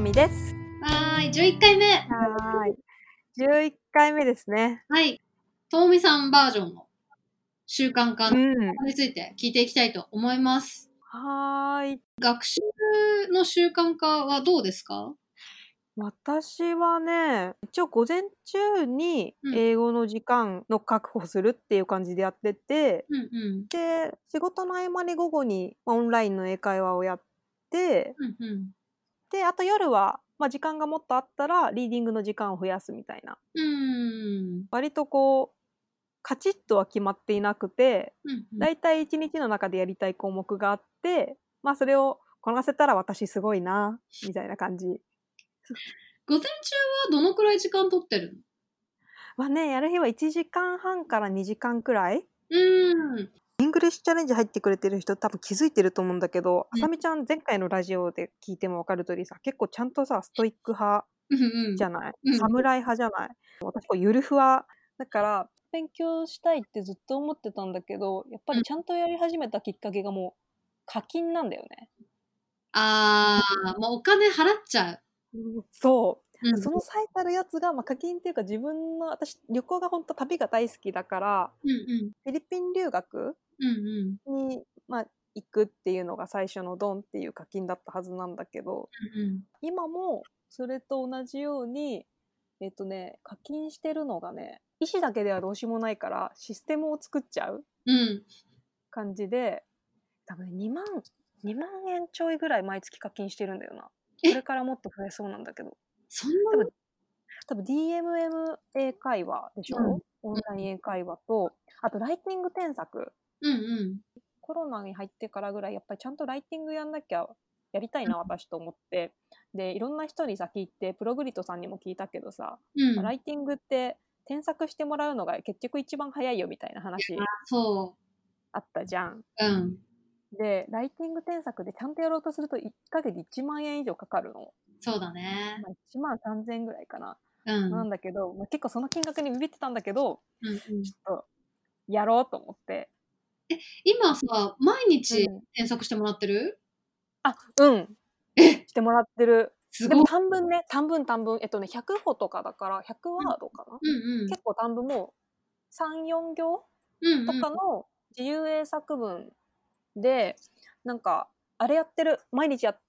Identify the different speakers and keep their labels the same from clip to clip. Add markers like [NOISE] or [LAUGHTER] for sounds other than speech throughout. Speaker 1: みです。
Speaker 2: はーい、11回目。は
Speaker 1: はい。11回目ですね。
Speaker 2: い。ともみさんバージョンの習慣化
Speaker 1: うん。
Speaker 2: について聞いていきたいと思います。
Speaker 1: はーい。
Speaker 2: 学習の習慣化はどうですか
Speaker 1: 私はね、一応午前中に
Speaker 2: うん
Speaker 1: 英語の時間の確保するっていう感じでやってて、
Speaker 2: うんうん。
Speaker 1: で、仕事の合間に午後にまあオンラインの英会話をやって、
Speaker 2: うんうん。
Speaker 1: で、あと夜は、まあ、時間がもっとあったら、リーディングの時間を増やすみたいな。
Speaker 2: うーん。
Speaker 1: 割とこう、カチッとは決まっていなくて、
Speaker 2: うんうん
Speaker 1: 大体一日の中でやりたい項目があって、まあそれをこなせたら私すごいな、みたいな感じ。
Speaker 2: 午前中はどのくらい時間取ってるの
Speaker 1: まあね、やる日は1時間半から2時間くらい。
Speaker 2: うーん。
Speaker 1: イングリッシュチャレンジ入ってくれてる人多分気づいてると思うんだけど、
Speaker 2: うん
Speaker 1: あさみちゃん前回のラジオで聞いてもわかる通りさ、結構ちゃんとさ、ストイック派
Speaker 2: うんうん
Speaker 1: じ。ゃない、
Speaker 2: うん
Speaker 1: 侍派じゃない私こうゆるふわだから勉強したいってずっと思ってたんだけどやっぱ
Speaker 2: う
Speaker 1: り
Speaker 2: ん
Speaker 1: ちゃんとやり始めたきっかけがもう課金なんだよね、
Speaker 2: あー、もうお金払っちゃう。
Speaker 1: そうう、
Speaker 2: ん
Speaker 1: その最たるやつが、まあ、課金っていうか自分の私旅行が本当旅が大好きだから
Speaker 2: うんうん。
Speaker 1: フィリピン留学
Speaker 2: うんうん。
Speaker 1: に、まあ、行くっていうのが最初のドンっていう課金だったはずなんだけど
Speaker 2: うんうん。
Speaker 1: 今もそれと同じようにえっとね課金してるのがね医師だけではどうしようもないからシステムを作っちゃう
Speaker 2: うん。
Speaker 1: 感じで多分2万2万円ちょいぐらい毎月課金してるんだよなこ
Speaker 2: え
Speaker 1: れからもっと増えそうなんだけど
Speaker 2: そんな
Speaker 1: 多分多分 DMM 英会話でしょ、
Speaker 2: うん
Speaker 1: オンライン英会話とあとライティング添削
Speaker 2: うんうん。
Speaker 1: コロナに入ってからぐらいやっぱりちゃんとライティングやんなきゃやりたいな私と思ってでいろんな人にさ聞いてプログリットさんにも聞いたけどさ、
Speaker 2: うん。
Speaker 1: ライティングって添削してもらうのが結局一番早いよみたいな話
Speaker 2: そ
Speaker 1: あったじゃん。
Speaker 2: う。うん。
Speaker 1: でライティング添削でちゃんとやろうとすると1ヶ月1万円以上かかるの、
Speaker 2: そうだね。
Speaker 1: まあ、1万3000円ぐらいかな、
Speaker 2: うん。う
Speaker 1: なん
Speaker 2: ん
Speaker 1: だけど、まあ、結構その金額にビビってたんだけど
Speaker 2: うん
Speaker 1: ちょっとやろうと思って、
Speaker 2: 今さ、毎日
Speaker 1: うん
Speaker 2: 添削してもらってる
Speaker 1: あうんしてもらってる
Speaker 2: す
Speaker 1: で
Speaker 2: ご
Speaker 1: も
Speaker 2: い。
Speaker 1: 短文ね短文短文えっとね100歩とかだから100ワードかな、
Speaker 2: うんうん。
Speaker 1: 結構短文も34行
Speaker 2: うん
Speaker 1: とかの自由英作文で、なんかあれやってる毎日やっ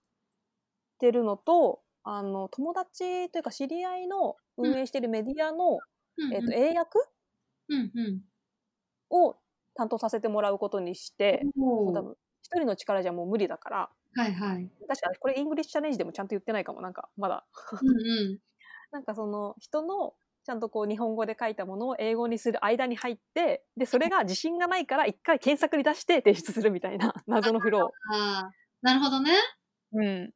Speaker 1: てるのとあの友達というか知り合いの運営してるメディア
Speaker 2: う
Speaker 1: の、
Speaker 2: ん。
Speaker 1: えっと英訳
Speaker 2: うんうん。
Speaker 1: を担当させてもらうことにして、
Speaker 2: お
Speaker 1: もう多
Speaker 2: ー
Speaker 1: 分一人の力じゃもう無理だから
Speaker 2: はいはい。
Speaker 1: 確かこれイングリッシュチャレンジでもちゃんと言ってないかもなんかまだ
Speaker 2: うんうん。
Speaker 1: なんかその人のちゃんとこう日本語で書いたものを英語にする間に入ってでそれが自信がないから一回検索に出して提出するみたいな [LAUGHS] 謎のフロ
Speaker 2: ああ、なるほどね。
Speaker 1: ー。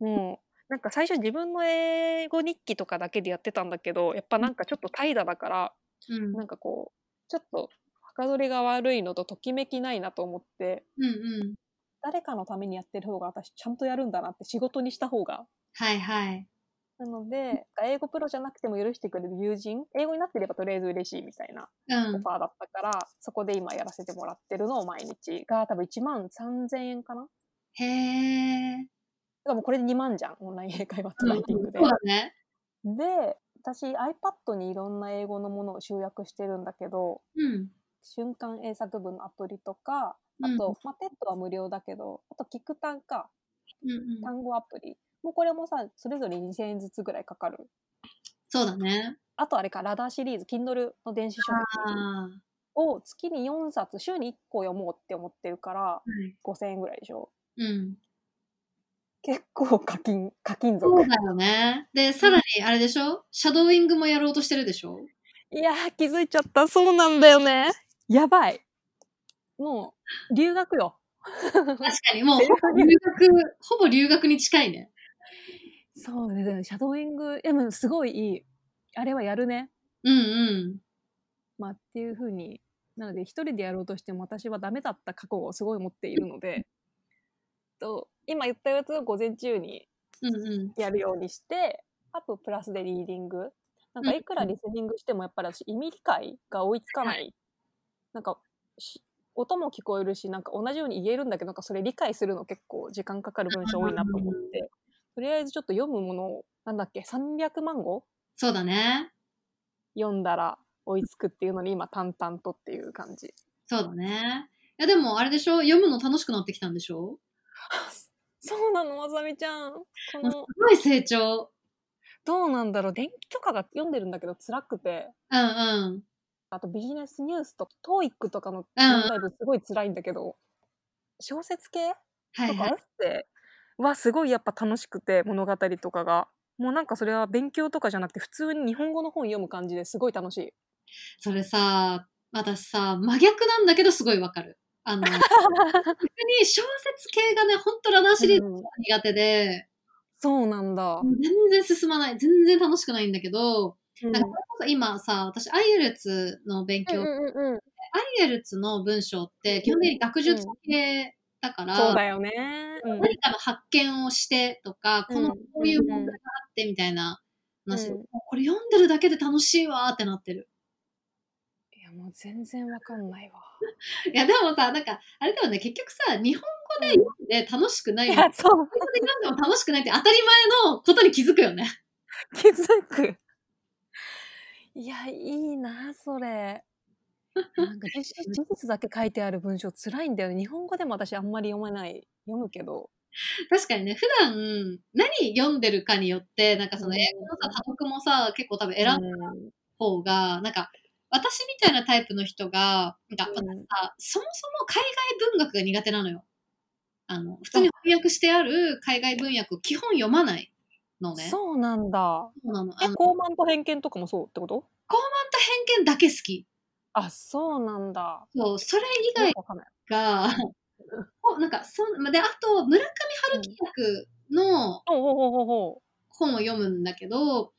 Speaker 1: うん、も [LAUGHS] うなんか最初自分の英語日記とかだけでやってたんだけどやっぱなんかちょっと怠惰だから
Speaker 2: うん。うん
Speaker 1: なんかこうちょっとはかどりが悪いのとときめきないなと思って
Speaker 2: うん。
Speaker 1: 誰かのためにやってる方が私ちゃんとやるんだなって仕事にした方が
Speaker 2: はいはい。
Speaker 1: なので英語プロじゃなくても許してくれる友人英語になってればとりあえず嬉しいみたいな
Speaker 2: う
Speaker 1: オ
Speaker 2: ん
Speaker 1: フ。ァーだったから、そこで今やらせてもらってるのを毎日が多分1万3000円かなだか
Speaker 2: へえ。
Speaker 1: らもうこれで2万じゃんオンライン英会話と
Speaker 2: うん
Speaker 1: ラ
Speaker 2: そ
Speaker 1: イティングで、
Speaker 2: うだね。
Speaker 1: で私 iPad にいろんな英語のものを集約してるんだけど
Speaker 2: うん。
Speaker 1: 瞬間英作文のアプリとかあと、まあ、テッドは無料だけどあとキクタンか
Speaker 2: うんうん。
Speaker 1: 単語アプリもうこれもさそれぞれ2000円ずつぐらいかかる
Speaker 2: そうだね。
Speaker 1: あとあれかラダーシリーズ Kindle の電子書籍
Speaker 2: ああ。は
Speaker 1: を月に4冊週に1個読もうって思ってるから
Speaker 2: い。
Speaker 1: 5000円ぐらいでしょ
Speaker 2: うん。
Speaker 1: 結構課金課金
Speaker 2: そ
Speaker 1: 族
Speaker 2: うだよね。で、さらにあれでしょシャドウイングもやろうとしてるでしょ
Speaker 1: いやー気づいちゃったそうなんだよねやばいもう留学よ
Speaker 2: 確かに、もうほぼ留学、ほぼ留学に近いね。
Speaker 1: そうねシャドーイングいやもうすごいいいあれはやるね
Speaker 2: うんうん。
Speaker 1: まあっていう風になので一人でやろうとしても私はダメだった過去をすごい持っているの [LAUGHS] でと今言ったやつを午前中に
Speaker 2: うんうん。
Speaker 1: やるようにしてあとプラスでリーディングなんか
Speaker 2: うん
Speaker 1: いくらリスニングしてもやっぱり私意味理解が追いつかない、なんかし音も聞こえるしなんか同じように言えるんだけどなんかそれ理解するの結構時間かかる文章多いなと思って、とりあえずちょっと読むものを、なんだっけ、300万語
Speaker 2: そうだね。
Speaker 1: 読んだら追いつくっていうのに今淡々とっていう感じ。
Speaker 2: そうだね。いや、でも、あれでしょ読むの楽しくなってきたんでしょ
Speaker 1: そうなの、まさみちゃん。こ
Speaker 2: もうす
Speaker 1: の、
Speaker 2: ごい成長。
Speaker 1: どうなんだろう、電気とかが読んでるんだけど辛くて、
Speaker 2: うんうん。
Speaker 1: あとビジネスニュースと TOEIC とかの問題文すごい辛いんだけど、小説系
Speaker 2: は
Speaker 1: と
Speaker 2: い
Speaker 1: か
Speaker 2: は
Speaker 1: エ
Speaker 2: い
Speaker 1: ッ。セイはすごいやっぱ楽しくて物語とかがもうなんかそれは勉強とかじゃなくて普通に日本語の本読む感じですごい楽しい
Speaker 2: それさ、私さ、真逆なんだけどすごいわかる。あの、逆に小説系がね、ほんとラナーシリーズ苦手で、
Speaker 1: そうなん
Speaker 2: も
Speaker 1: だ、
Speaker 2: う全然進まない。全然楽しくないんだけど、なんかそれこそ今さ、私、アイエルツの勉強、アイエルツの文章って基本的に学術系だから、
Speaker 1: そうだよね、うん
Speaker 2: 何かの発見をしてとか、この、
Speaker 1: うん
Speaker 2: こういう
Speaker 1: うん
Speaker 2: 問題があってみたいな話、
Speaker 1: うん
Speaker 2: これ読んでるだけで楽しいわーってなってる。 [LAUGHS]
Speaker 1: いやもう全然わかんないわ
Speaker 2: いや、でもさ、なんか、あれだよね、結局さ、日本語で読んで楽しくない
Speaker 1: い
Speaker 2: もの、
Speaker 1: やそ
Speaker 2: 日
Speaker 1: う
Speaker 2: 本語で読んでも楽しくないって当たり前のことに気づくよね。 [LAUGHS]
Speaker 1: [LAUGHS] 気づくいやいいなそ
Speaker 2: [LAUGHS]
Speaker 1: れなんか事事実だけ書いてある文章辛いんだよね日本語でも私あんまり読めない読むけど
Speaker 2: 確かにね、普段何読んでるかによって、なんかその英語のさ、多読もさ、結構多分選んだ
Speaker 1: うん
Speaker 2: 方が、なんか、私みたいなタイプの人が、なんか、
Speaker 1: うん
Speaker 2: 私さそもそも海外文学が苦手なのよ。あの、普通に翻訳してある海外文訳を基本読まないのね。
Speaker 1: そうなんだ
Speaker 2: うなの。あ
Speaker 1: え、
Speaker 2: の、
Speaker 1: 高慢と偏見とかもそうってこと
Speaker 2: 偏見だけ好き。
Speaker 1: あ、そうなんだ。
Speaker 2: そう、それ以
Speaker 1: よ
Speaker 2: 外
Speaker 1: くわかんない。
Speaker 2: が、 [LAUGHS] おなんか、そんまで、あと、村上春樹役の
Speaker 1: おうおうおうおう
Speaker 2: 本を読むんだけど、
Speaker 1: おう。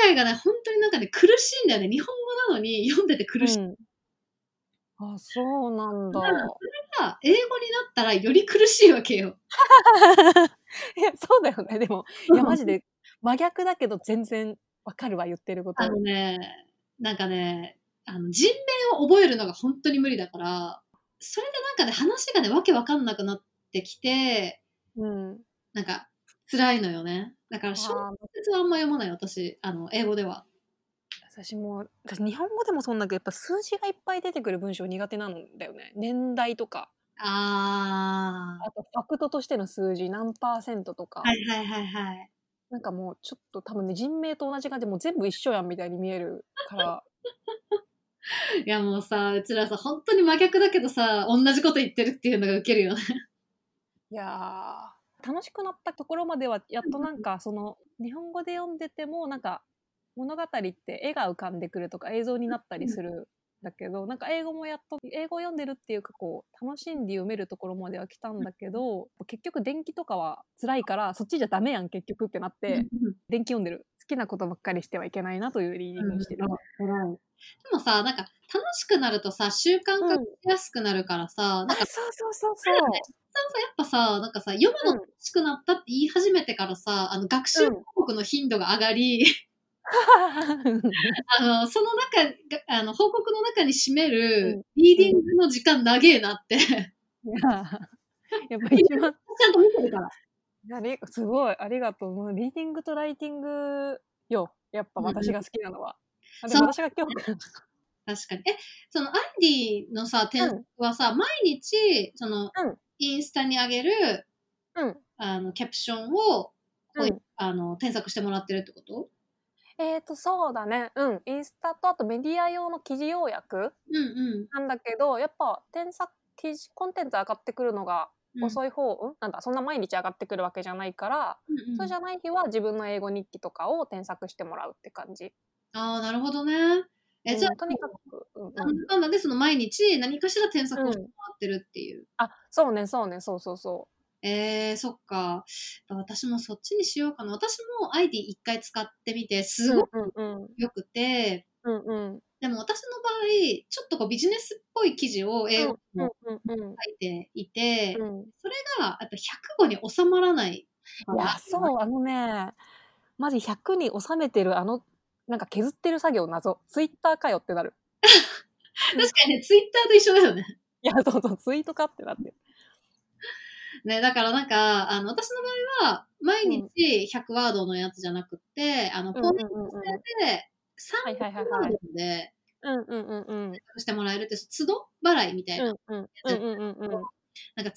Speaker 2: 海外がね、本当になんかね、苦しいんだよね。日本語なのに読んでて苦しい。
Speaker 1: うん、あ、そうなんだ。
Speaker 2: が英語になったらより苦しいわけよ。
Speaker 1: いや、そうだよね。でも、いや、マジで真逆だけど全然わかるわ、言ってること
Speaker 2: あ。のね、なんかね、あの人名を覚えるのが本当に無理だから、それでなんかね、話がね、わけわかんなくなってきて、
Speaker 1: うん。
Speaker 2: なんか、辛いのよね。だから、小
Speaker 1: あー
Speaker 2: 説はあんま読まない、私、あの、英語では。
Speaker 1: 私も、私日本語でもそんだけど、やっぱ数字がいっぱい出てくる文章苦手なんだよね。年代とか、
Speaker 2: あ
Speaker 1: あとファクトとしての数字、何パーセントとか
Speaker 2: ー。は、いはいはいはい。
Speaker 1: なんかもうちょっと多分ね、人名と同じ感じでもう全部一緒やんみたいに見えるから、
Speaker 2: いやもうさ、うちらさ、本当に真逆だけどさ、同じこと言ってるっていうのがウケるよね。
Speaker 1: いやー楽しくなったところまではやっとなんかその日本語で読んでてもなんか物語って絵が浮かんでくるとか映像になったりするんだけどなんか英語もやっと英語を読んでるっていうかこう楽しんで読めるところまでは来たんだけど結局電気とかは辛いからそっちじゃダメやん結局ってな
Speaker 2: [LAUGHS]
Speaker 1: って電気読んでる好きなことばっかりしてはいけないなというリーディングにしてる。
Speaker 2: でもさ、なんか、楽しくなるとさ、習慣化しやすくなるからさ、
Speaker 1: あ
Speaker 2: なん
Speaker 1: そ
Speaker 2: か、
Speaker 1: うそうそうそう。
Speaker 2: さんさ、やっぱさ、なんかさ、読むの
Speaker 1: うん
Speaker 2: 楽しくなったって言い始めてからさ、あの、学習報告の頻度が上がり、 [LAUGHS]
Speaker 1: [LAUGHS]
Speaker 2: あの、その中が、あの、報告の中に占める、リーディングの時間長えなって、ち
Speaker 1: いややっぱ一番
Speaker 2: ゃんと見てるから。
Speaker 1: あり [LAUGHS] すごいありがとうもうリーディングとライティングよやっぱ
Speaker 2: うんうん
Speaker 1: 私が好きなのは、あで
Speaker 2: そう
Speaker 1: も私が今日
Speaker 2: 確かに。え、その、アンディのさ、転職はさ、毎日、その、
Speaker 1: うん
Speaker 2: インスタに上げる、
Speaker 1: うん
Speaker 2: あの、キャプションを、こう
Speaker 1: うん
Speaker 2: あの、添削してもらってるってこと
Speaker 1: えっとそうだねうんインスタとあとメディア用の記事要約
Speaker 2: うんうん。
Speaker 1: なんだけどやっぱ添削記事コンテンツ上がってくるのが
Speaker 2: うん
Speaker 1: 遅い方、うんなんだそんな毎日上がってくるわけじゃないから、
Speaker 2: うんうん
Speaker 1: そうじゃない日は自分の英語日記とかを添削してもらうって感じ、
Speaker 2: ああ、なるほどね。え、じゃ
Speaker 1: うんと
Speaker 2: あ、
Speaker 1: にかく、うんうん
Speaker 2: なんだかんだで、その毎日何かしら添削をしてもらってるっていう。
Speaker 1: あそうねそうねそうそうそ
Speaker 2: えー、そっか。私もそっちにしようかな。私も ID 一回使ってみて、
Speaker 1: う
Speaker 2: すごく
Speaker 1: うんうん
Speaker 2: 良くて、
Speaker 1: うんうん
Speaker 2: でも私の場合、ちょっとこうビジネスっぽい記事を英語
Speaker 1: うん
Speaker 2: も
Speaker 1: うんうん
Speaker 2: 書いていて、
Speaker 1: うんうん
Speaker 2: が、やっぱ100語に収まらない。
Speaker 1: いや、そう、あのね、マジ100に収めてるあの、なんか削ってる作業謎。ツイッターかよってなる。
Speaker 2: 確かにね、ツイッターと一緒だよね。
Speaker 1: いや、そうそう、ツイートかってなってる。
Speaker 2: ね、だからなんか、あの、私の場合は、毎日100ワードのやつじゃなくて、あの、ポン
Speaker 1: うんうんうんうん
Speaker 2: ドで300ワ
Speaker 1: はいはいはいは
Speaker 2: ー
Speaker 1: い
Speaker 2: ドで、
Speaker 1: うんうんうんうん。
Speaker 2: してもらえるって、都度払いみたいな。
Speaker 1: うんうんうんうんうんうん。
Speaker 2: なんか、都度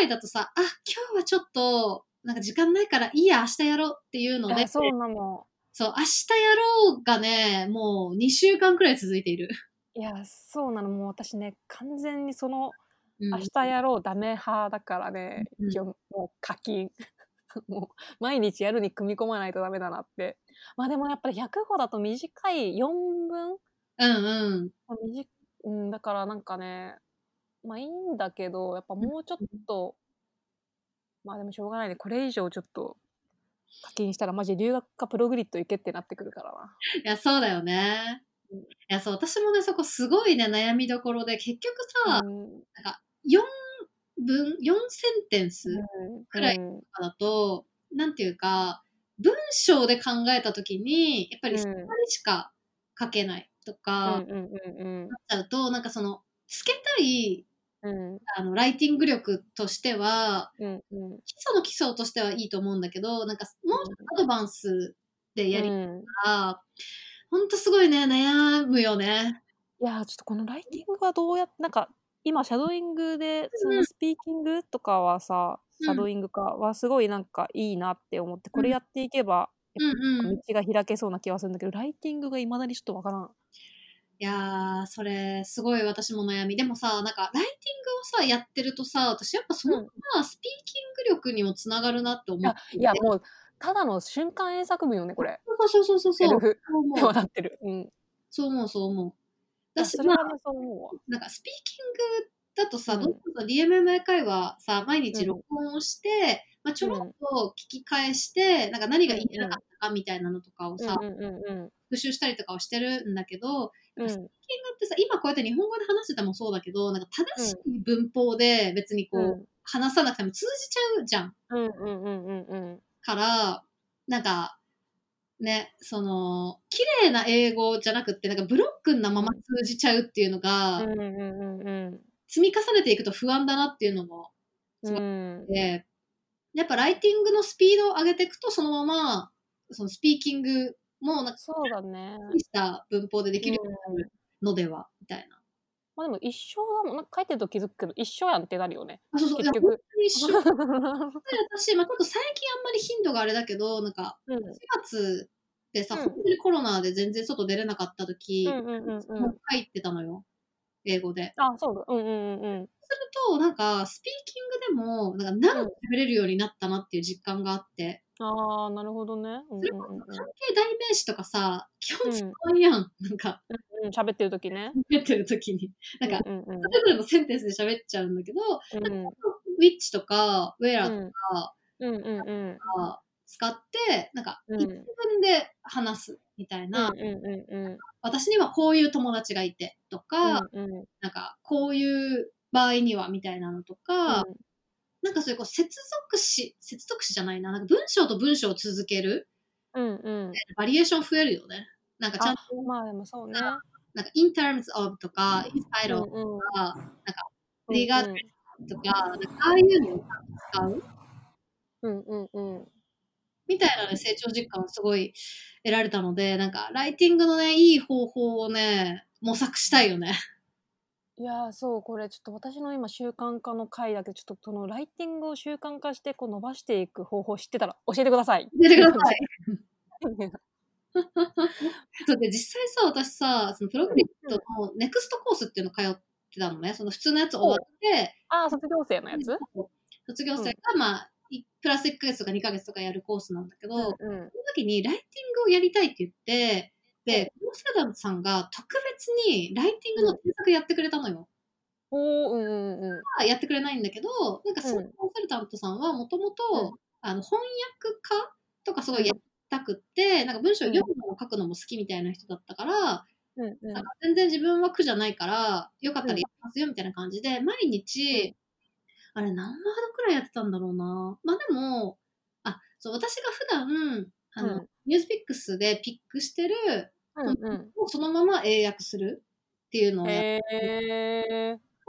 Speaker 2: 払いだとさ、あ、今日はちょっと、なんか時間ないからいいや、明日やろうっていうので、
Speaker 1: あそうなの。
Speaker 2: そう、明日やろうがね、もう2週間くらい続いている。
Speaker 1: いや、そうなの。もう私ね、完全にその、
Speaker 2: うん
Speaker 1: 明日やろうダメ派だからね、
Speaker 2: うん
Speaker 1: 一応もう課金。 [LAUGHS] もう毎日やるに組み込まないとダメだなって。まあでもやっぱり100個だと短い4分
Speaker 2: うんうん。
Speaker 1: まあ短いうん、だからなんかね、まあいいんだけど、やっぱもうちょっと、まあでもしょうがないね。これ以上ちょっと課金したらマジ留学かプログリッド行けってなってくるからな。
Speaker 2: いや、そうだよね。
Speaker 1: うん
Speaker 2: いや、そう、私もね、そこすごいね、悩みどころで、結局さ、
Speaker 1: うん
Speaker 2: 4文、4センテンス
Speaker 1: うん
Speaker 2: くらい
Speaker 1: うん
Speaker 2: とかだと、なんていうか、文章で考えたときに、やっぱり
Speaker 1: うん
Speaker 2: そこにしか書けないとか、
Speaker 1: うんうんうん
Speaker 2: なっちゃうと、なんかその、つけたい、
Speaker 1: うんうん
Speaker 2: あの、ライティング力としては、
Speaker 1: うんうん
Speaker 2: 基礎の基礎としてはいいと思うんだけど、なんか、もうちょっとアドバンスでやり
Speaker 1: うん
Speaker 2: たら、ほんとすごいね、悩むよね。
Speaker 1: いやーちょっとこのライティングはどうやってなんか今シャドーイングでそ
Speaker 2: うん
Speaker 1: のスピーキングとかはさ、
Speaker 2: うん
Speaker 1: シャドーイングかはすごいなんかいいなって思ってこれやっていけば
Speaker 2: うんうん。
Speaker 1: 道が開けそうな気はするんだけど、ライティングがいまだにちょっとわからん。
Speaker 2: いやー、それ、すごい私も悩み。でもさ、なんか、ライティングをさ、やってるとさ、私やっぱその、
Speaker 1: うん
Speaker 2: まあスピーキング力にもつながるなって思う。
Speaker 1: いやもうただの瞬間演作文よねこれ。
Speaker 2: そうそうそうそう。
Speaker 1: セ
Speaker 2: そ
Speaker 1: ル
Speaker 2: う
Speaker 1: フで
Speaker 2: 思
Speaker 1: は
Speaker 2: う。
Speaker 1: なってる。うん。い
Speaker 2: そう思う、そう思う。
Speaker 1: や
Speaker 2: だし、
Speaker 1: それ
Speaker 2: ま
Speaker 1: は
Speaker 2: あ、
Speaker 1: ねそう思うわ。
Speaker 2: なんか、スピーキングだとさ、
Speaker 1: うん
Speaker 2: どうしても DMMI 会話さ、毎
Speaker 1: う
Speaker 2: 日
Speaker 1: ん
Speaker 2: 録音をして、まあ、ちょろっと聞き返して、なんか何が言えなかったかみたいなのとかをさ、
Speaker 1: うんうん
Speaker 2: 復習したりとかをしてるんだけど、
Speaker 1: うんうん。
Speaker 2: スピーキングってさ、今こうやって日本語で話しててもそうだけど、なんか正しい文法で別にこう、
Speaker 1: うん
Speaker 2: 話さなくても通じちゃうじゃん。
Speaker 1: うんうんうんうんうん。
Speaker 2: から、なんか、ね、その、綺麗な英語じゃなくって、なんかブロックンなまま通じちゃうっていうのが、
Speaker 1: うんうんうん
Speaker 2: 積み重ねていくと不安だなっていうのも
Speaker 1: うん。うん
Speaker 2: あっ。て、やっぱライティングのスピードを上げていくと、そのまま、そのスピーキングも、なんか、
Speaker 1: そうだね。
Speaker 2: しっかりした文法でできるようになるのでは、みたいな。
Speaker 1: まあでも一緒だもん。なんか書いてると気づくけど、一緒やんってなるよね。
Speaker 2: あ、そうそう、い
Speaker 1: 結
Speaker 2: や本
Speaker 1: 局。
Speaker 2: 当に一緒。
Speaker 1: [LAUGHS] う
Speaker 2: 私、まあ、ちょっと最近あんまり頻度があれだけど、なんか、
Speaker 1: ん。
Speaker 2: 4月でさ、
Speaker 1: うん
Speaker 2: 本当にコロナで全然外出れなかった時、
Speaker 1: うんうんう
Speaker 2: も
Speaker 1: んうん。
Speaker 2: う書いてたのよ。英語で。
Speaker 1: あ、そうだ。うんうんうんうん。
Speaker 2: すると、なんか、スピーキングでも、なんか、長く喋れるようになったなっていう実感があって、
Speaker 1: ああ、なるほどね。うんうんうん
Speaker 2: 関係代名詞とかさ、基本
Speaker 1: うん
Speaker 2: 使わんやん。なんか、
Speaker 1: うん。喋ってる時ね。
Speaker 2: 喋ってる時に。なんか、
Speaker 1: うんうん
Speaker 2: それぞれのセンテンスで喋っちゃうんだけど、
Speaker 1: うん。
Speaker 2: ウィッチとか、ウェ
Speaker 1: う
Speaker 2: ラと
Speaker 1: ん
Speaker 2: か、
Speaker 1: うんうんうん。
Speaker 2: 使って、なんか、
Speaker 1: うん
Speaker 2: 一文で話すみたいな、
Speaker 1: うんうんうんうん。
Speaker 2: 私にはこういう友達がいてとか、
Speaker 1: うんうん
Speaker 2: なんか、こういう場合にはみたいなのとか、なんかそういうこう接続詞、接続詞じゃないな、なんか文章と文章を続ける、
Speaker 1: うんうん
Speaker 2: バリエーション増えるよね。なんかちゃんと、
Speaker 1: うん。まあでもそうね。
Speaker 2: なんか in terms of とか、inside
Speaker 1: うん
Speaker 2: of と
Speaker 1: うん。
Speaker 2: か、
Speaker 1: うん
Speaker 2: リガーとか、なんかああいうのを使う
Speaker 1: うんうんうん。
Speaker 2: みたいなね、成長実感をすごい得られたので、なんかライティングのね、いい方法をね、模索したいよね。
Speaker 1: いやーそうこれちょっと私の今習慣化の回だけどちょっとそのライティングを習慣化してこう伸ばしていく方法知ってたら教えてください。
Speaker 2: 教えてください。
Speaker 1: うん
Speaker 2: そうで、実際さ、私さ、そのプログリッドのネクストコースっていうの通ってたのね、その普通のやつ終わって、
Speaker 1: [LAUGHS] ああ卒業生のやつ
Speaker 2: 卒業生が、まあ、いプラス1ヶ月とか2ヶ月とかやるコースなんだけど、その
Speaker 1: うん
Speaker 2: 時にライティングをやりたいって言って、で、コースダムさんが特別にライティングの添削やってくれたのよ。
Speaker 1: おーうんうんうん
Speaker 2: まあやってくれないんだけど、なんかその
Speaker 1: うん
Speaker 2: コンサルタントさんはもともと
Speaker 1: うん、
Speaker 2: あの、翻訳家とかすごいやりたくって、なんか文章読むのも書くのも好きみたいな人だったから、
Speaker 1: うんうん
Speaker 2: なんか全然自分は苦じゃないから、よかったらやりますよみたいな感じで、毎日、あれ何ワードくらいやってたんだろうな。まあでも、あ、そう、私が普段、あの、
Speaker 1: うん
Speaker 2: ニュースピックスでピックしてる、
Speaker 1: うん
Speaker 2: をそのまま英訳するっていうの
Speaker 1: う
Speaker 2: を
Speaker 1: ん。
Speaker 2: やっ
Speaker 1: へえ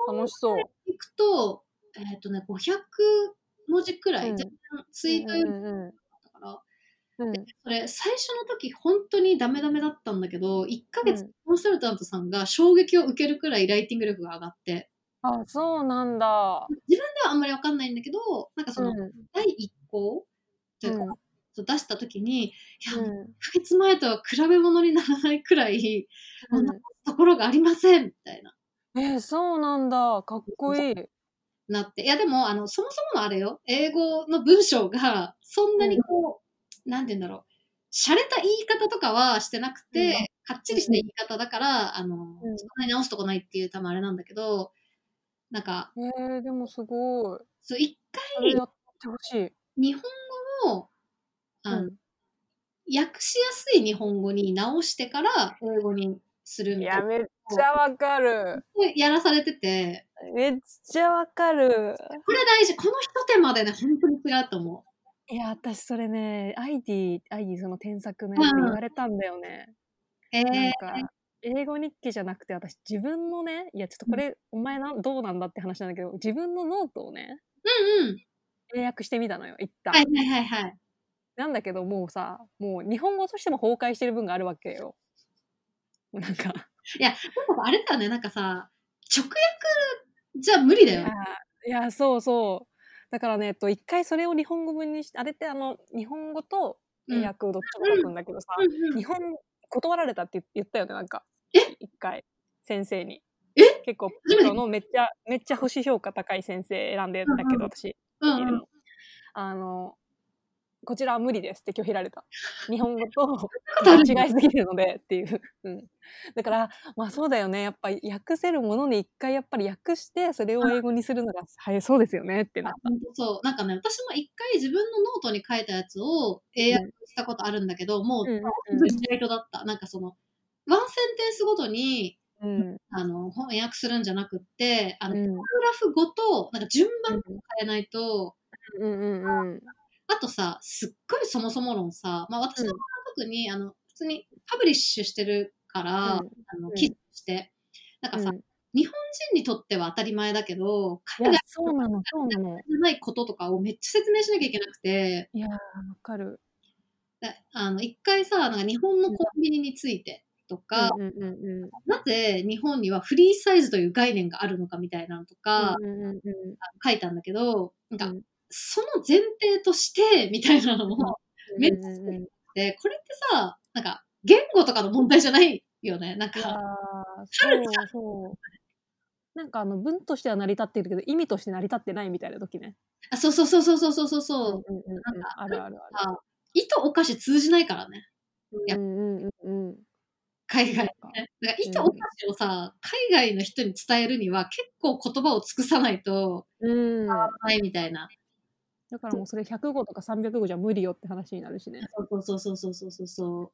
Speaker 1: ー、楽しそう。
Speaker 2: ていくと、えっ、とね、500文字くらい、
Speaker 1: うん
Speaker 2: 全然ツイートよりもだ
Speaker 1: うん
Speaker 2: ったから、
Speaker 1: うん
Speaker 2: でそれ最初の時本当にダメダメだったんだけど1ヶ
Speaker 1: う
Speaker 2: 月
Speaker 1: ん
Speaker 2: コンサルタントさんが衝撃を受けるくらいライティング力が上がって
Speaker 1: あそうなんだ。
Speaker 2: 自分ではあんまり分かんないんだけどなんかその
Speaker 1: うん
Speaker 2: 第一項というか、
Speaker 1: うん
Speaker 2: そう出した時にいや、
Speaker 1: う
Speaker 2: 1
Speaker 1: ん
Speaker 2: ヶ月前とは比べ物にならないくらい
Speaker 1: うん
Speaker 2: もうところがありませんみたいな。
Speaker 1: えーそうなんだ。かっこいい。
Speaker 2: なって。いや、でも、あの、そもそものあれよ、英語の文章が、そんなにこう、なんて言うんだろう、洒落た言い方とかはしてなくて、かっちりした言い方だから、あの、
Speaker 1: うん
Speaker 2: そんなに直すとこないっていう多分あれなんだけど、なんか、
Speaker 1: えーでもすごい。
Speaker 2: そう、一
Speaker 1: それやってほしい。
Speaker 2: 回日本語を、あの、
Speaker 1: う
Speaker 2: 訳しやすい日本語に直してから、英語にする
Speaker 1: ん、い
Speaker 2: みたい
Speaker 1: や
Speaker 2: な。
Speaker 1: めっちゃわかる。
Speaker 2: やらされてて、
Speaker 1: めっちゃわかる。
Speaker 2: これ大事。この一手間でね、本当に違うと思う。
Speaker 1: いや私それねアイディアイディその添削のやつで言われたんだよね。
Speaker 2: えー、
Speaker 1: なんか英語日記じゃなくて私自分のねいやちょっとこれ、お前などうなんだって話なんだけど自分のノートをね
Speaker 2: うんうん。
Speaker 1: 英訳してみたのよ一旦、
Speaker 2: はいはいはいはい。
Speaker 1: なんだけどもうさもう日本語としても崩壊してる分があるわけよ。もうなんか
Speaker 2: なんかあれだよね、なんかさ、直訳じゃ無理だよね。
Speaker 1: いやそうそうだからねえっと一回それを日本語文にしてあれってあの日本語と英訳をどっちも書くんだけどさ、
Speaker 2: うんうん
Speaker 1: [LAUGHS] 日本断られたって言ったよねなんか一回先生に
Speaker 2: え
Speaker 1: 結構
Speaker 2: 初めて
Speaker 1: プロのめっちゃめっちゃ星評価高い先生選んでんだけど私
Speaker 2: うんうん
Speaker 1: あのこちらは無理ですって拒否ら
Speaker 2: [LAUGHS]
Speaker 1: れた日本語と
Speaker 2: とあるんだ
Speaker 1: 違いすぎるのでっていう、うん、だからまあそうだよねやっぱり訳せるものに一回やっぱり訳してそれを英語にするのがはいそうですよねってな
Speaker 2: あほんとそう。なんかね、私も一回自分のノートに書いたやつを英訳したことあるんだけど、もう、
Speaker 1: うんうん
Speaker 2: 本当にライトだった。なんかその、ワンセンテンスごとに、
Speaker 1: うん
Speaker 2: あの、翻訳するんじゃなくって、あ
Speaker 1: う
Speaker 2: の、パ
Speaker 1: ん
Speaker 2: ラグラフごと、なんか順番を変えないと、
Speaker 1: うんうんうん
Speaker 2: あとさ、すっごいそもそも論さ、まあ私の場合は特に、あの、普通にパブリッシュしてるから、
Speaker 1: うん
Speaker 2: あの
Speaker 1: うん
Speaker 2: 記事として、なんかさ、
Speaker 1: うん
Speaker 2: 日本人にとっては当たり前だけど、
Speaker 1: い
Speaker 2: 海
Speaker 1: や
Speaker 2: 外
Speaker 1: そうなのそうなの
Speaker 2: じゃないこととかをめっちゃ説明しなきゃいけなくて、
Speaker 1: いやーわかる
Speaker 2: だあの一回さ、なんか日本のコンビニについてとか、
Speaker 1: うんうんうんうん
Speaker 2: なぜ日本にはフリーサイズという概念があるのかみたいなのとか、
Speaker 1: うんうんうんうん
Speaker 2: 書いたんだけど、なんか、
Speaker 1: うん
Speaker 2: その前提として、みたいなのも、めっちゃ好き
Speaker 1: うんうんうん
Speaker 2: で、これってさ、なんか、言語とかの問題じゃないよね。なん
Speaker 1: あ
Speaker 2: か、
Speaker 1: あ、そうそう。なんかあの文としては成り立ってるけど意味として成り立ってないみたいな時ね。
Speaker 2: あそうそうそうそうそうそうそうそうう、
Speaker 1: んうんうんあるあるあ
Speaker 2: あ意図おかし通じないからね。
Speaker 1: る。うんうんうんうん。
Speaker 2: 海外
Speaker 1: そうか
Speaker 2: ね。だから意図おかしをさ、海外の人に伝えるには結構言葉を尽くさないと、
Speaker 1: うん。
Speaker 2: ないみたいな。
Speaker 1: だからもうそれ100語とか300語じゃ無理よって話になるしね。
Speaker 2: そうそうそうそうそうそうそう。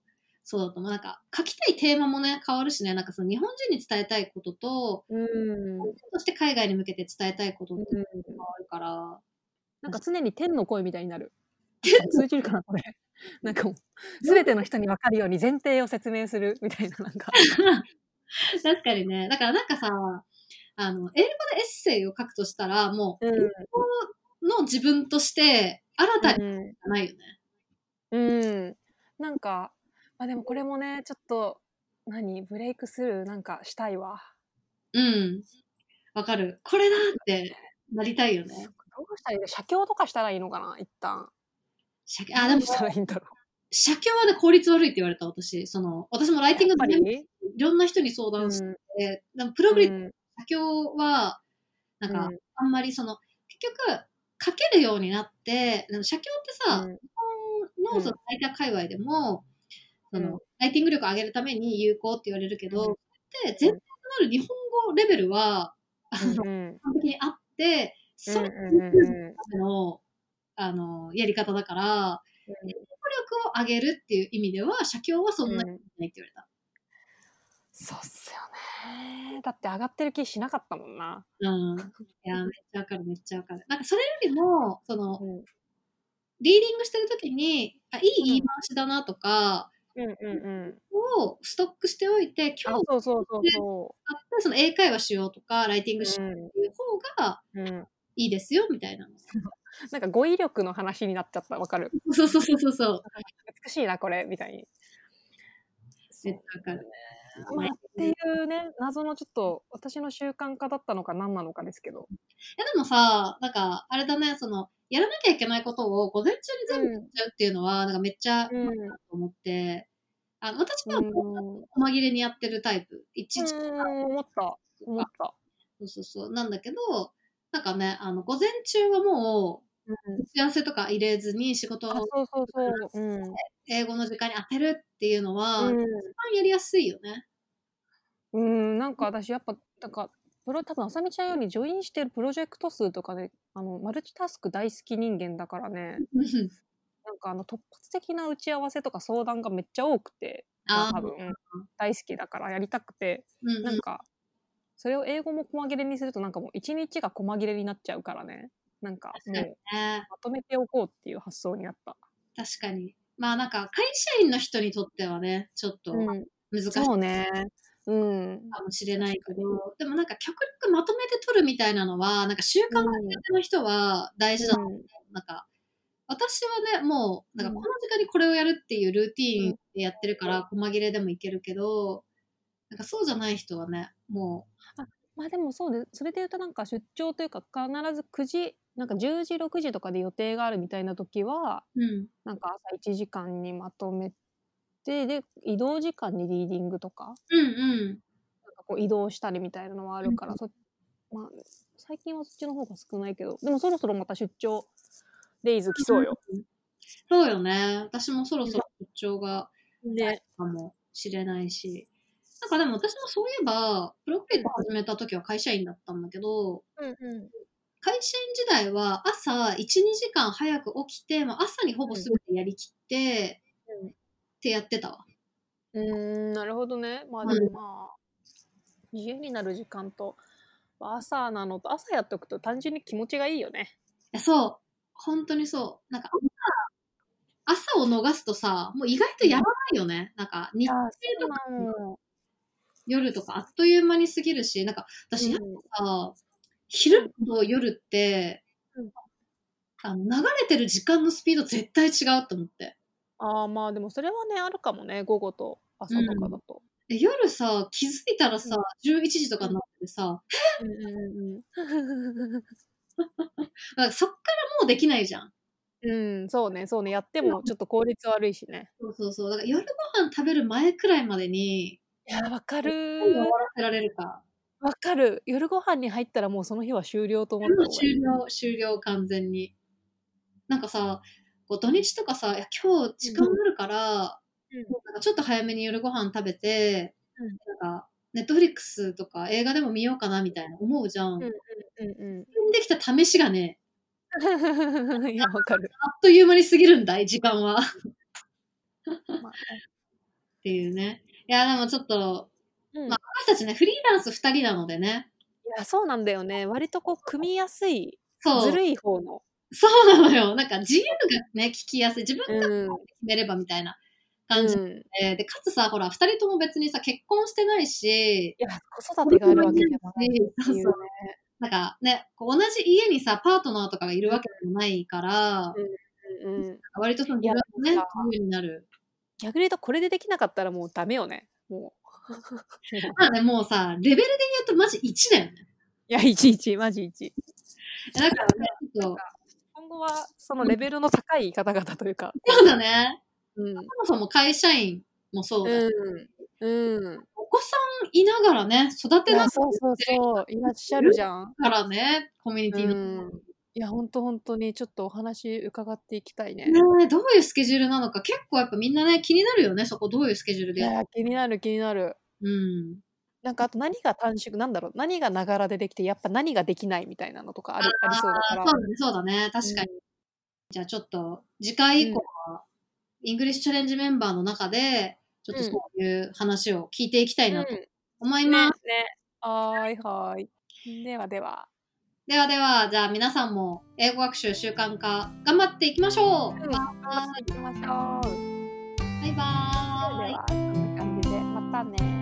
Speaker 2: そうだと思う。なんか、書きたいテーマもね、変わるしね、なんかその日本人に伝えたいことと、
Speaker 1: うん。
Speaker 2: そして海外に向けて伝えたいことって
Speaker 1: うん
Speaker 2: 変わるから、
Speaker 1: なんか常に天の声みたいになる。通じるかなこれ。なんかもう全ての人に分かるように前提を説明するみたいななんか。
Speaker 2: 確かにね。だからなんかさ、あの、英語でエッセイを書くとしたら、もう、の自分として、新たに
Speaker 1: ん。
Speaker 2: じゃないよね。
Speaker 1: うん、なんか、まあ、でもこれもねちょっと何ブレイクスルーなんかしたいわ
Speaker 2: うん。わかる。これだって、なりたいよね。
Speaker 1: どうしたらいいんだ写経とかしたらいいのかな一旦
Speaker 2: 写経、あ、でも
Speaker 1: どうし、たらいいんだろう
Speaker 2: 写経はね、効率悪いって言われた、私。その、私もライティング
Speaker 1: やっぱ
Speaker 2: 全部
Speaker 1: り
Speaker 2: いろんな人に相談して、でもプログリッド写経は、なんか、
Speaker 1: うん
Speaker 2: あんまりその、結局、書けるようになって、でも写経ってさ、
Speaker 1: うん
Speaker 2: 日本のそのライター界隈でも、
Speaker 1: う
Speaker 2: そ
Speaker 1: ん
Speaker 2: のライティング力を上げるために有効って言われるけど、
Speaker 1: うん
Speaker 2: で全体となる日本語レベルは、あの
Speaker 1: うんうん
Speaker 2: 完璧にあって、それ
Speaker 1: うんうんうんうん
Speaker 2: のあのやり方だから、語力を上げるっていう意味では、写経はそんなに
Speaker 1: うん
Speaker 2: ないって言われた。
Speaker 1: そうっすよねだって上がってる気しなかったもんな、
Speaker 2: うん。いや、めっちゃわかる、めっちゃわかる。なんかそれよりも、その、
Speaker 1: うん、
Speaker 2: リーディングしてるときに、あ、いい言い回しだなとか、
Speaker 1: うんうんうん
Speaker 2: をストックしておいて、今
Speaker 1: あ
Speaker 2: 日
Speaker 1: そうそうそうそ
Speaker 2: あって、その英会話しようとか、ライティン
Speaker 1: う
Speaker 2: グしよう
Speaker 1: う
Speaker 2: っていう方が
Speaker 1: んうん
Speaker 2: いいですよ、みたいなの。
Speaker 1: なんか語彙力の話になっちゃったわかる
Speaker 2: そうそうそうそうそう。
Speaker 1: 美しいなこれみたいに
Speaker 2: 絶対わかる。
Speaker 1: まあ、っていうね謎のちょっと私の習慣化だったのか何なのかですけど、
Speaker 2: いやでもさ、なんか、あれだね、その、やらなきゃいけないことを午前中に全部やっちゃうっていうのは、なんかめっちゃ、
Speaker 1: うん
Speaker 2: いいなと思って、あの私は
Speaker 1: うん、
Speaker 2: 細切れにやってるタイプ。いちいち、
Speaker 1: 思った思った、
Speaker 2: そうそうそう。なんだけど、なんかね、あの、午前中はも
Speaker 1: うん
Speaker 2: う、打ち合わせとか入れずに仕事
Speaker 1: あ
Speaker 2: を
Speaker 1: そうそうそう、うん
Speaker 2: 英語の時間に当てるっていうのは、一
Speaker 1: うん
Speaker 2: 番やりやすいよね。 [LAUGHS]
Speaker 1: うん、なんか私やっぱなんかプロ多分あさみちゃんよりジョインしてるプロジェクト数とかで、あのマルチタスク大好き人間だからね
Speaker 2: うん
Speaker 1: なんかあの突発的な打ち合わせとか相談がめっちゃ多くて
Speaker 2: あ
Speaker 1: 多
Speaker 2: あ、
Speaker 1: 分大好きだからやりたくて
Speaker 2: うんうん
Speaker 1: なんかそれを英語も細切れにするとなんかもう一日が細切れになっちゃうからねなんかも
Speaker 2: 確かに
Speaker 1: う
Speaker 2: ね。
Speaker 1: まとめておこうっていう発想になった。
Speaker 2: 確かに。まあなんか、会社員の人にとってはね、ちょっと
Speaker 1: うん、
Speaker 2: 難しい。
Speaker 1: そうね。うん。
Speaker 2: かもしれないけど、でもなんか極力まとめて取るみたいなのは、なんか習慣が苦手な人は大事だ、
Speaker 1: うん
Speaker 2: なんか、私はね、もう、なんか
Speaker 1: うん
Speaker 2: この時間にこれをやるっていうルーティーンでやってるから、細切れでもいけるけど、なんかそうじゃない人はね、も
Speaker 1: まあでもそうでそれで言うとなんか出張というか必ず9時なんか10時6時とかで予定があるみたいな時は
Speaker 2: う、うん、
Speaker 1: なんか朝1時間にまとめてで移動時間にリーディングとか
Speaker 2: うんうん。
Speaker 1: なんかこう移動したりみたいなのはあるから、
Speaker 2: うん
Speaker 1: そまあ、最近はそっちの方が少ないけどでもそろそろまた出張デイズ来そうよ。
Speaker 2: ん。そうよね。私もそろそろ出張が
Speaker 1: ね、
Speaker 2: かもしれないし。なんかでも私もそういえば、プロフィール始めた時は会社員だったんだけど、
Speaker 1: うんうん、
Speaker 2: 会社員時代は朝1、2時間早く起きて、まあ、朝にほぼ全てやりきって、
Speaker 1: うん
Speaker 2: ってやってたわ。
Speaker 1: うーんなるほどねまあでもまあ、自由になる時間とまあ朝なのと朝やっとくと単純に気持ちがいいよね。
Speaker 2: いやそう。本当にそう。なんか朝、朝を逃すとさ、もう意外とやらないよね。なんか日中とか夜とかあっという間に過ぎるし、なんか私やっぱさ、昼と夜って、
Speaker 1: うん
Speaker 2: あの流れてる時間のスピード絶対違うと思って。
Speaker 1: ああまあでもそれはねあるかもね午後と朝とかだと。
Speaker 2: で夜さ、気づいたらさ、11時とかになっててさ、
Speaker 1: うんうんうん
Speaker 2: なんかそっからもうできないじゃん。
Speaker 1: うん、うん、そうねそうねやってもちょっと効率悪いしね。
Speaker 2: そうそうそう。だから夜ご飯食べる前くらいまでに、
Speaker 1: いやわかる
Speaker 2: 何を終わらせられるか。
Speaker 1: わかる夜ご飯に入ったらもうその日は終了と思った
Speaker 2: もう
Speaker 1: 方がいい
Speaker 2: 終了、終了完全に。なんかさ、こう土日とかさ、いや今日時間あるから、
Speaker 1: うん
Speaker 2: なんかちょっと早めに夜ご飯食べて、
Speaker 1: うん
Speaker 2: なんか、ネットフリックスとか映画でも見ようかなみたいな思うじゃん。
Speaker 1: んうん
Speaker 2: できた試しがね、
Speaker 1: うんいやわかる、
Speaker 2: あっという間に過ぎるんだい、時間は。っ
Speaker 1: まあ
Speaker 2: ていうね。いや、でもちょっと、
Speaker 1: うん
Speaker 2: まあ私たちね、フリーランス2人なのでね。
Speaker 1: いやそうなんだよね割とこう組みやすい
Speaker 2: そう。
Speaker 1: ずるい方の
Speaker 2: そうなのよ。なんか自由がね、聞きやすい。自分
Speaker 1: うん、
Speaker 2: が
Speaker 1: うん
Speaker 2: 決めればみたいな感じで、で、かつさ、ほら、二人とも別にさ、結婚してないし
Speaker 1: い、や子育てがあるわけじゃないって
Speaker 2: そう
Speaker 1: い
Speaker 2: そううなんかね、こう同じ家にさ、パートナーとかがいるわけでもないから、
Speaker 1: ね、うん、
Speaker 2: 割とその
Speaker 1: い
Speaker 2: 自
Speaker 1: や
Speaker 2: 分がね
Speaker 1: なんか、
Speaker 2: 自由になる。
Speaker 1: 逆に言うとこれでできなかったらもうダメよねもうい
Speaker 2: まあね、もうさ、レベルで言うとマジ1だよね。
Speaker 1: や [LAUGHS] いちいちマジいち
Speaker 2: だからね、ちょっと、
Speaker 1: 今後はそのレベルの高い方々というか
Speaker 2: そうだね。
Speaker 1: うん
Speaker 2: そもそも会社員もそうだし、
Speaker 1: うん、うん
Speaker 2: お子さんいながらね、育
Speaker 1: い
Speaker 2: てな
Speaker 1: や
Speaker 2: が
Speaker 1: そうそうそういらっしゃるじゃん
Speaker 2: らね、コミュニティの。
Speaker 1: うんいや本当本当にちょっとお話伺っていきたいね。
Speaker 2: ね、どういうスケジュールなのか結構やっぱみんなね気になるよねそこどういうスケジュール
Speaker 1: い
Speaker 2: でやる
Speaker 1: や気になる気になる。
Speaker 2: うん
Speaker 1: なんかあと何が短縮なんだろう何がながらでできてやっぱ何ができないみたいなのとかあるありそうだ
Speaker 2: あそ
Speaker 1: から。
Speaker 2: うだねそうだね確かに、じゃあちょっと次回以降は、イングリッシュチャレンジメンバーの中でちょっとそういう話を聞いていきた
Speaker 1: う
Speaker 2: い
Speaker 1: ん。
Speaker 2: な
Speaker 1: ね
Speaker 2: と思います、
Speaker 1: ね。はーいはーい。ではでは。
Speaker 2: ではではじゃあ皆さんも英語学習習慣化頑張っていきましょう、
Speaker 1: うん
Speaker 2: バ
Speaker 1: 頑張っていきましょう。
Speaker 2: イバー
Speaker 1: で
Speaker 2: イ
Speaker 1: はではこんな感じでまたね